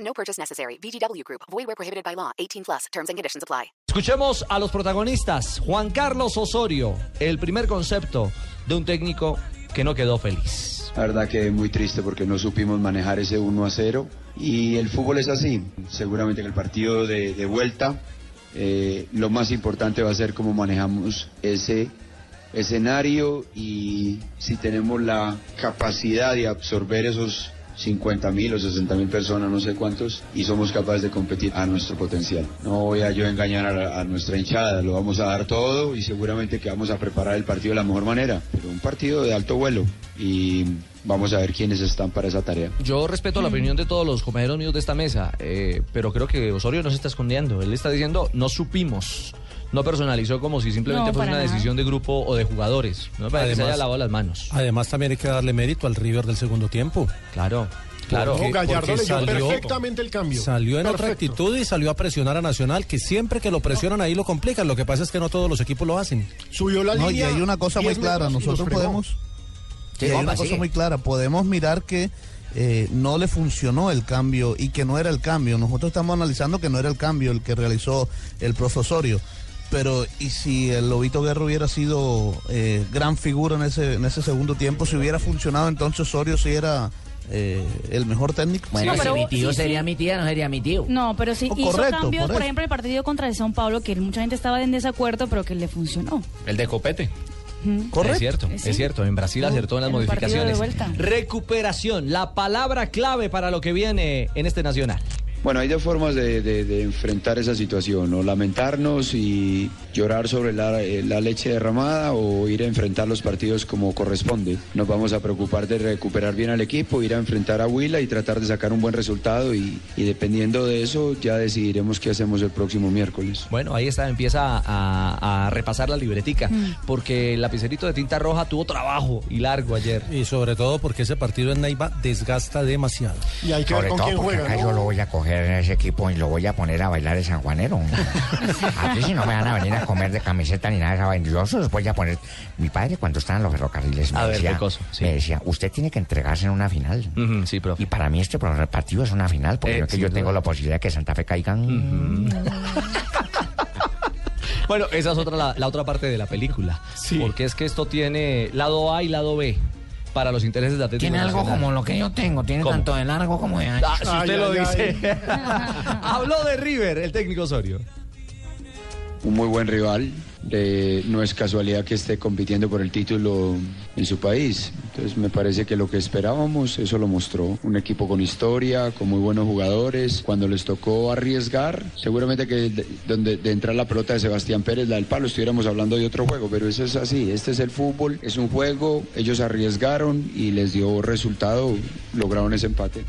No purchase necessary. VGW Group. Void where prohibited by law. 18 plus. Terms and conditions apply. Escuchemos a los protagonistas. Juan Carlos Osorio, el primer concepto de un técnico que no quedó feliz. La verdad que muy triste porque no supimos manejar ese 1 a 0 y el fútbol es así. Seguramente que el partido de, de vuelta eh, lo más importante va a ser cómo manejamos ese escenario y si tenemos la capacidad de absorber esos 50 mil o 60 mil personas, no sé cuántos, y somos capaces de competir a nuestro potencial. No voy a yo engañar a, la- a nuestra hinchada, lo vamos a dar todo y seguramente que vamos a preparar el partido de la mejor manera, pero un partido de alto vuelo y vamos a ver quiénes están para esa tarea. Yo respeto Mm. la opinión de todos los compañeros míos de esta mesa, eh, pero creo que Osorio no se está escondiendo. Él está diciendo, no supimos. No personalizó como si simplemente No, fuese para una nada. decisión de grupo o de jugadores. No para que se Además- haya lavado las manos. Además, también hay que darle mérito al River del segundo tiempo. Claro, claro. Porque- Gallardo porque leyó salió- perfectamente el cambio. Salió en otra Perfecto. actitud y salió a presionar a Nacional, que siempre que lo presionan ahí lo complican. Lo que pasa es que no todos los equipos lo hacen. Subió la No, y línea. hay una cosa muy diez clara, metros y nosotros los fregó. podemos, y hay una cosa muy clara, podemos mirar que eh, no le funcionó el cambio y que no era el cambio. Nosotros estamos analizando que no era el cambio el que realizó el profesorio. Pero, ¿y si el Lobito Guerra hubiera sido eh, gran figura en ese, en ese segundo tiempo? Si hubiera funcionado, entonces Osorio sí era eh, el mejor técnico. No, pero- si mi tío sí, sería sí. mi tía, no sería mi tío. No, pero sí Oh, hizo correcto, cambios, por correcto. ejemplo, el partido contra el São Paulo, que mucha gente estaba en desacuerdo, pero que le funcionó. El de Copete. Correcto. Es cierto, Eh, sí. es cierto. En Brasil No, acertó en las en el partido de modificaciones. vuelta. Recuperación, la palabra clave para lo que viene en este Nacional. Bueno, hay dos formas de, de- de enfrentar esa situación, o lamentarnos y llorar sobre la, eh, la leche derramada o ir a enfrentar los partidos como corresponde. Nos vamos a preocupar de recuperar bien al equipo, ir a enfrentar a Huila y tratar de sacar un buen resultado y, y dependiendo de eso ya decidiremos qué hacemos el próximo miércoles. Bueno, ahí está, empieza a, a repasar la libretica, Mm. porque el lapicerito de tinta roja tuvo trabajo y largo ayer. Y sobre todo porque ese partido en Neiva desgasta demasiado. Y hay que ver Sobre con todo quién porque juega. acá ¿no? yo lo voy a coger en ese equipo y lo voy a poner a bailar en San Juanero. Aquí si no me van a venir a comer de camiseta ni nada, ¿saben? yo se los voy a poner. Mi padre cuando estaba en los ferrocarriles me, A ver, decía, Pecoso, sí. me decía, usted tiene que entregarse en una final. Ujú, sí, profe. Y para mí este pro- partido es una final, porque Eh, yo, que sin yo duda. tengo la posibilidad de que Santa Fe caigan. Bueno, esa es otra, la, la otra parte de la película, Sí. porque es que esto tiene lado A y lado B para los intereses de Atlético Nacional. lo que yo tengo, tiene ¿Cómo? tanto de largo como de Ah, si Ay, usted lo ay, dice. Habló de River, el técnico Osorio. un muy buen rival. eh, no es casualidad que esté compitiendo por el título en su país. Entonces me parece que lo que esperábamos, eso lo mostró. Un equipo con historia, con muy buenos jugadores. Cuando les tocó arriesgar, seguramente que de- donde de entrar la pelota de Sebastián Pérez, la del palo, estuviéramos hablando de otro juego, pero eso es así. Este es el fútbol, es un juego. Ellos arriesgaron y les dio resultado, lograron ese empate.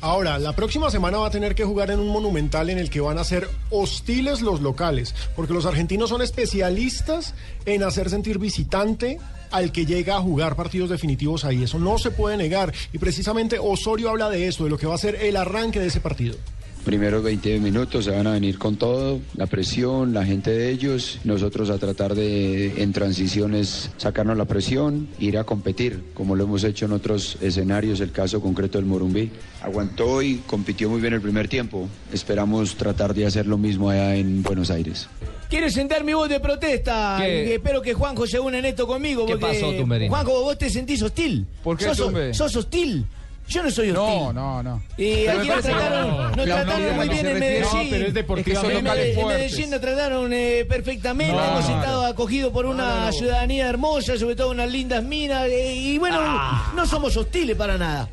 Ahora, la próxima semana va a tener que jugar en un monumental en el que van a ser hostiles los locales, porque los argentinos son especialistas en hacer sentir visitante al que llega a jugar partidos definitivos ahí. Eso no se puede negar. Y precisamente Osorio habla de eso, de lo que va a ser el arranque de ese partido. Primeros 20 minutos se van a venir con todo, la presión, la gente de ellos, nosotros a tratar de en transiciones sacarnos la presión, ir a competir, como lo hemos hecho en otros escenarios, el caso concreto del Morumbí. Aguantó y compitió muy bien el primer tiempo, esperamos tratar de hacer lo mismo allá en Buenos Aires. Quiero sentar mi voz de protesta ¿Qué? y espero que Juanjo se una en esto conmigo. ¿Qué porque, pasó, Tumberini? Juanjo, vos te sentís hostil. ¿Por qué, sos, Tumbe? sos hostil. Yo no soy hostil. No, no, no. Y Pero aquí me nos parece- trataron, nos no, trataron no, muy no, bien se en refiere- Medellín. No, pero es deportivo, En son Medellín- locales en fuertes. Medellín nos trataron eh, perfectamente. No, Hemos no. estado acogidos por una ciudadanía hermosa, sobre todo unas lindas minas. eh, y bueno, no somos hostiles para nada.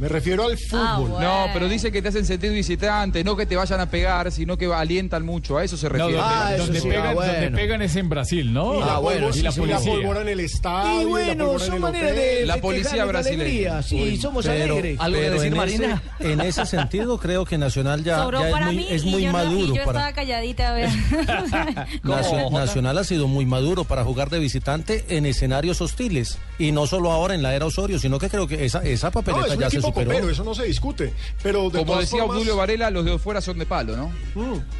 Me refiero al fútbol. No, pero dice que te hacen sentir visitante, no que te vayan a pegar, sino que alientan mucho. A eso se refiere. donde, Ah, donde pegan, donde pegan es en Brasil, ¿no? Y la Ah, bueno, pólvora- y la y la policía. pólvora en el estadio. Y la bueno, pólvora en son el maneras hotel. de festejar nuestra alegría. Sí, somos alegres. en Ese, en ese sentido creo que Nacional ya, Sobró ya es para muy, mí es y muy yo, no- y maduro yo para estaba calladita. A ver. Nacio- Nacional ha sido muy maduro para jugar de visitante en escenarios hostiles y no solo ahora en la era Osorio, sino que creo que esa esa No, papeleta es un ya se equipo superó. copero, eso no se discute. Pero Ah, de Como todas decía formas- Obdulio Varela, los de fuera son de palo, ¿no?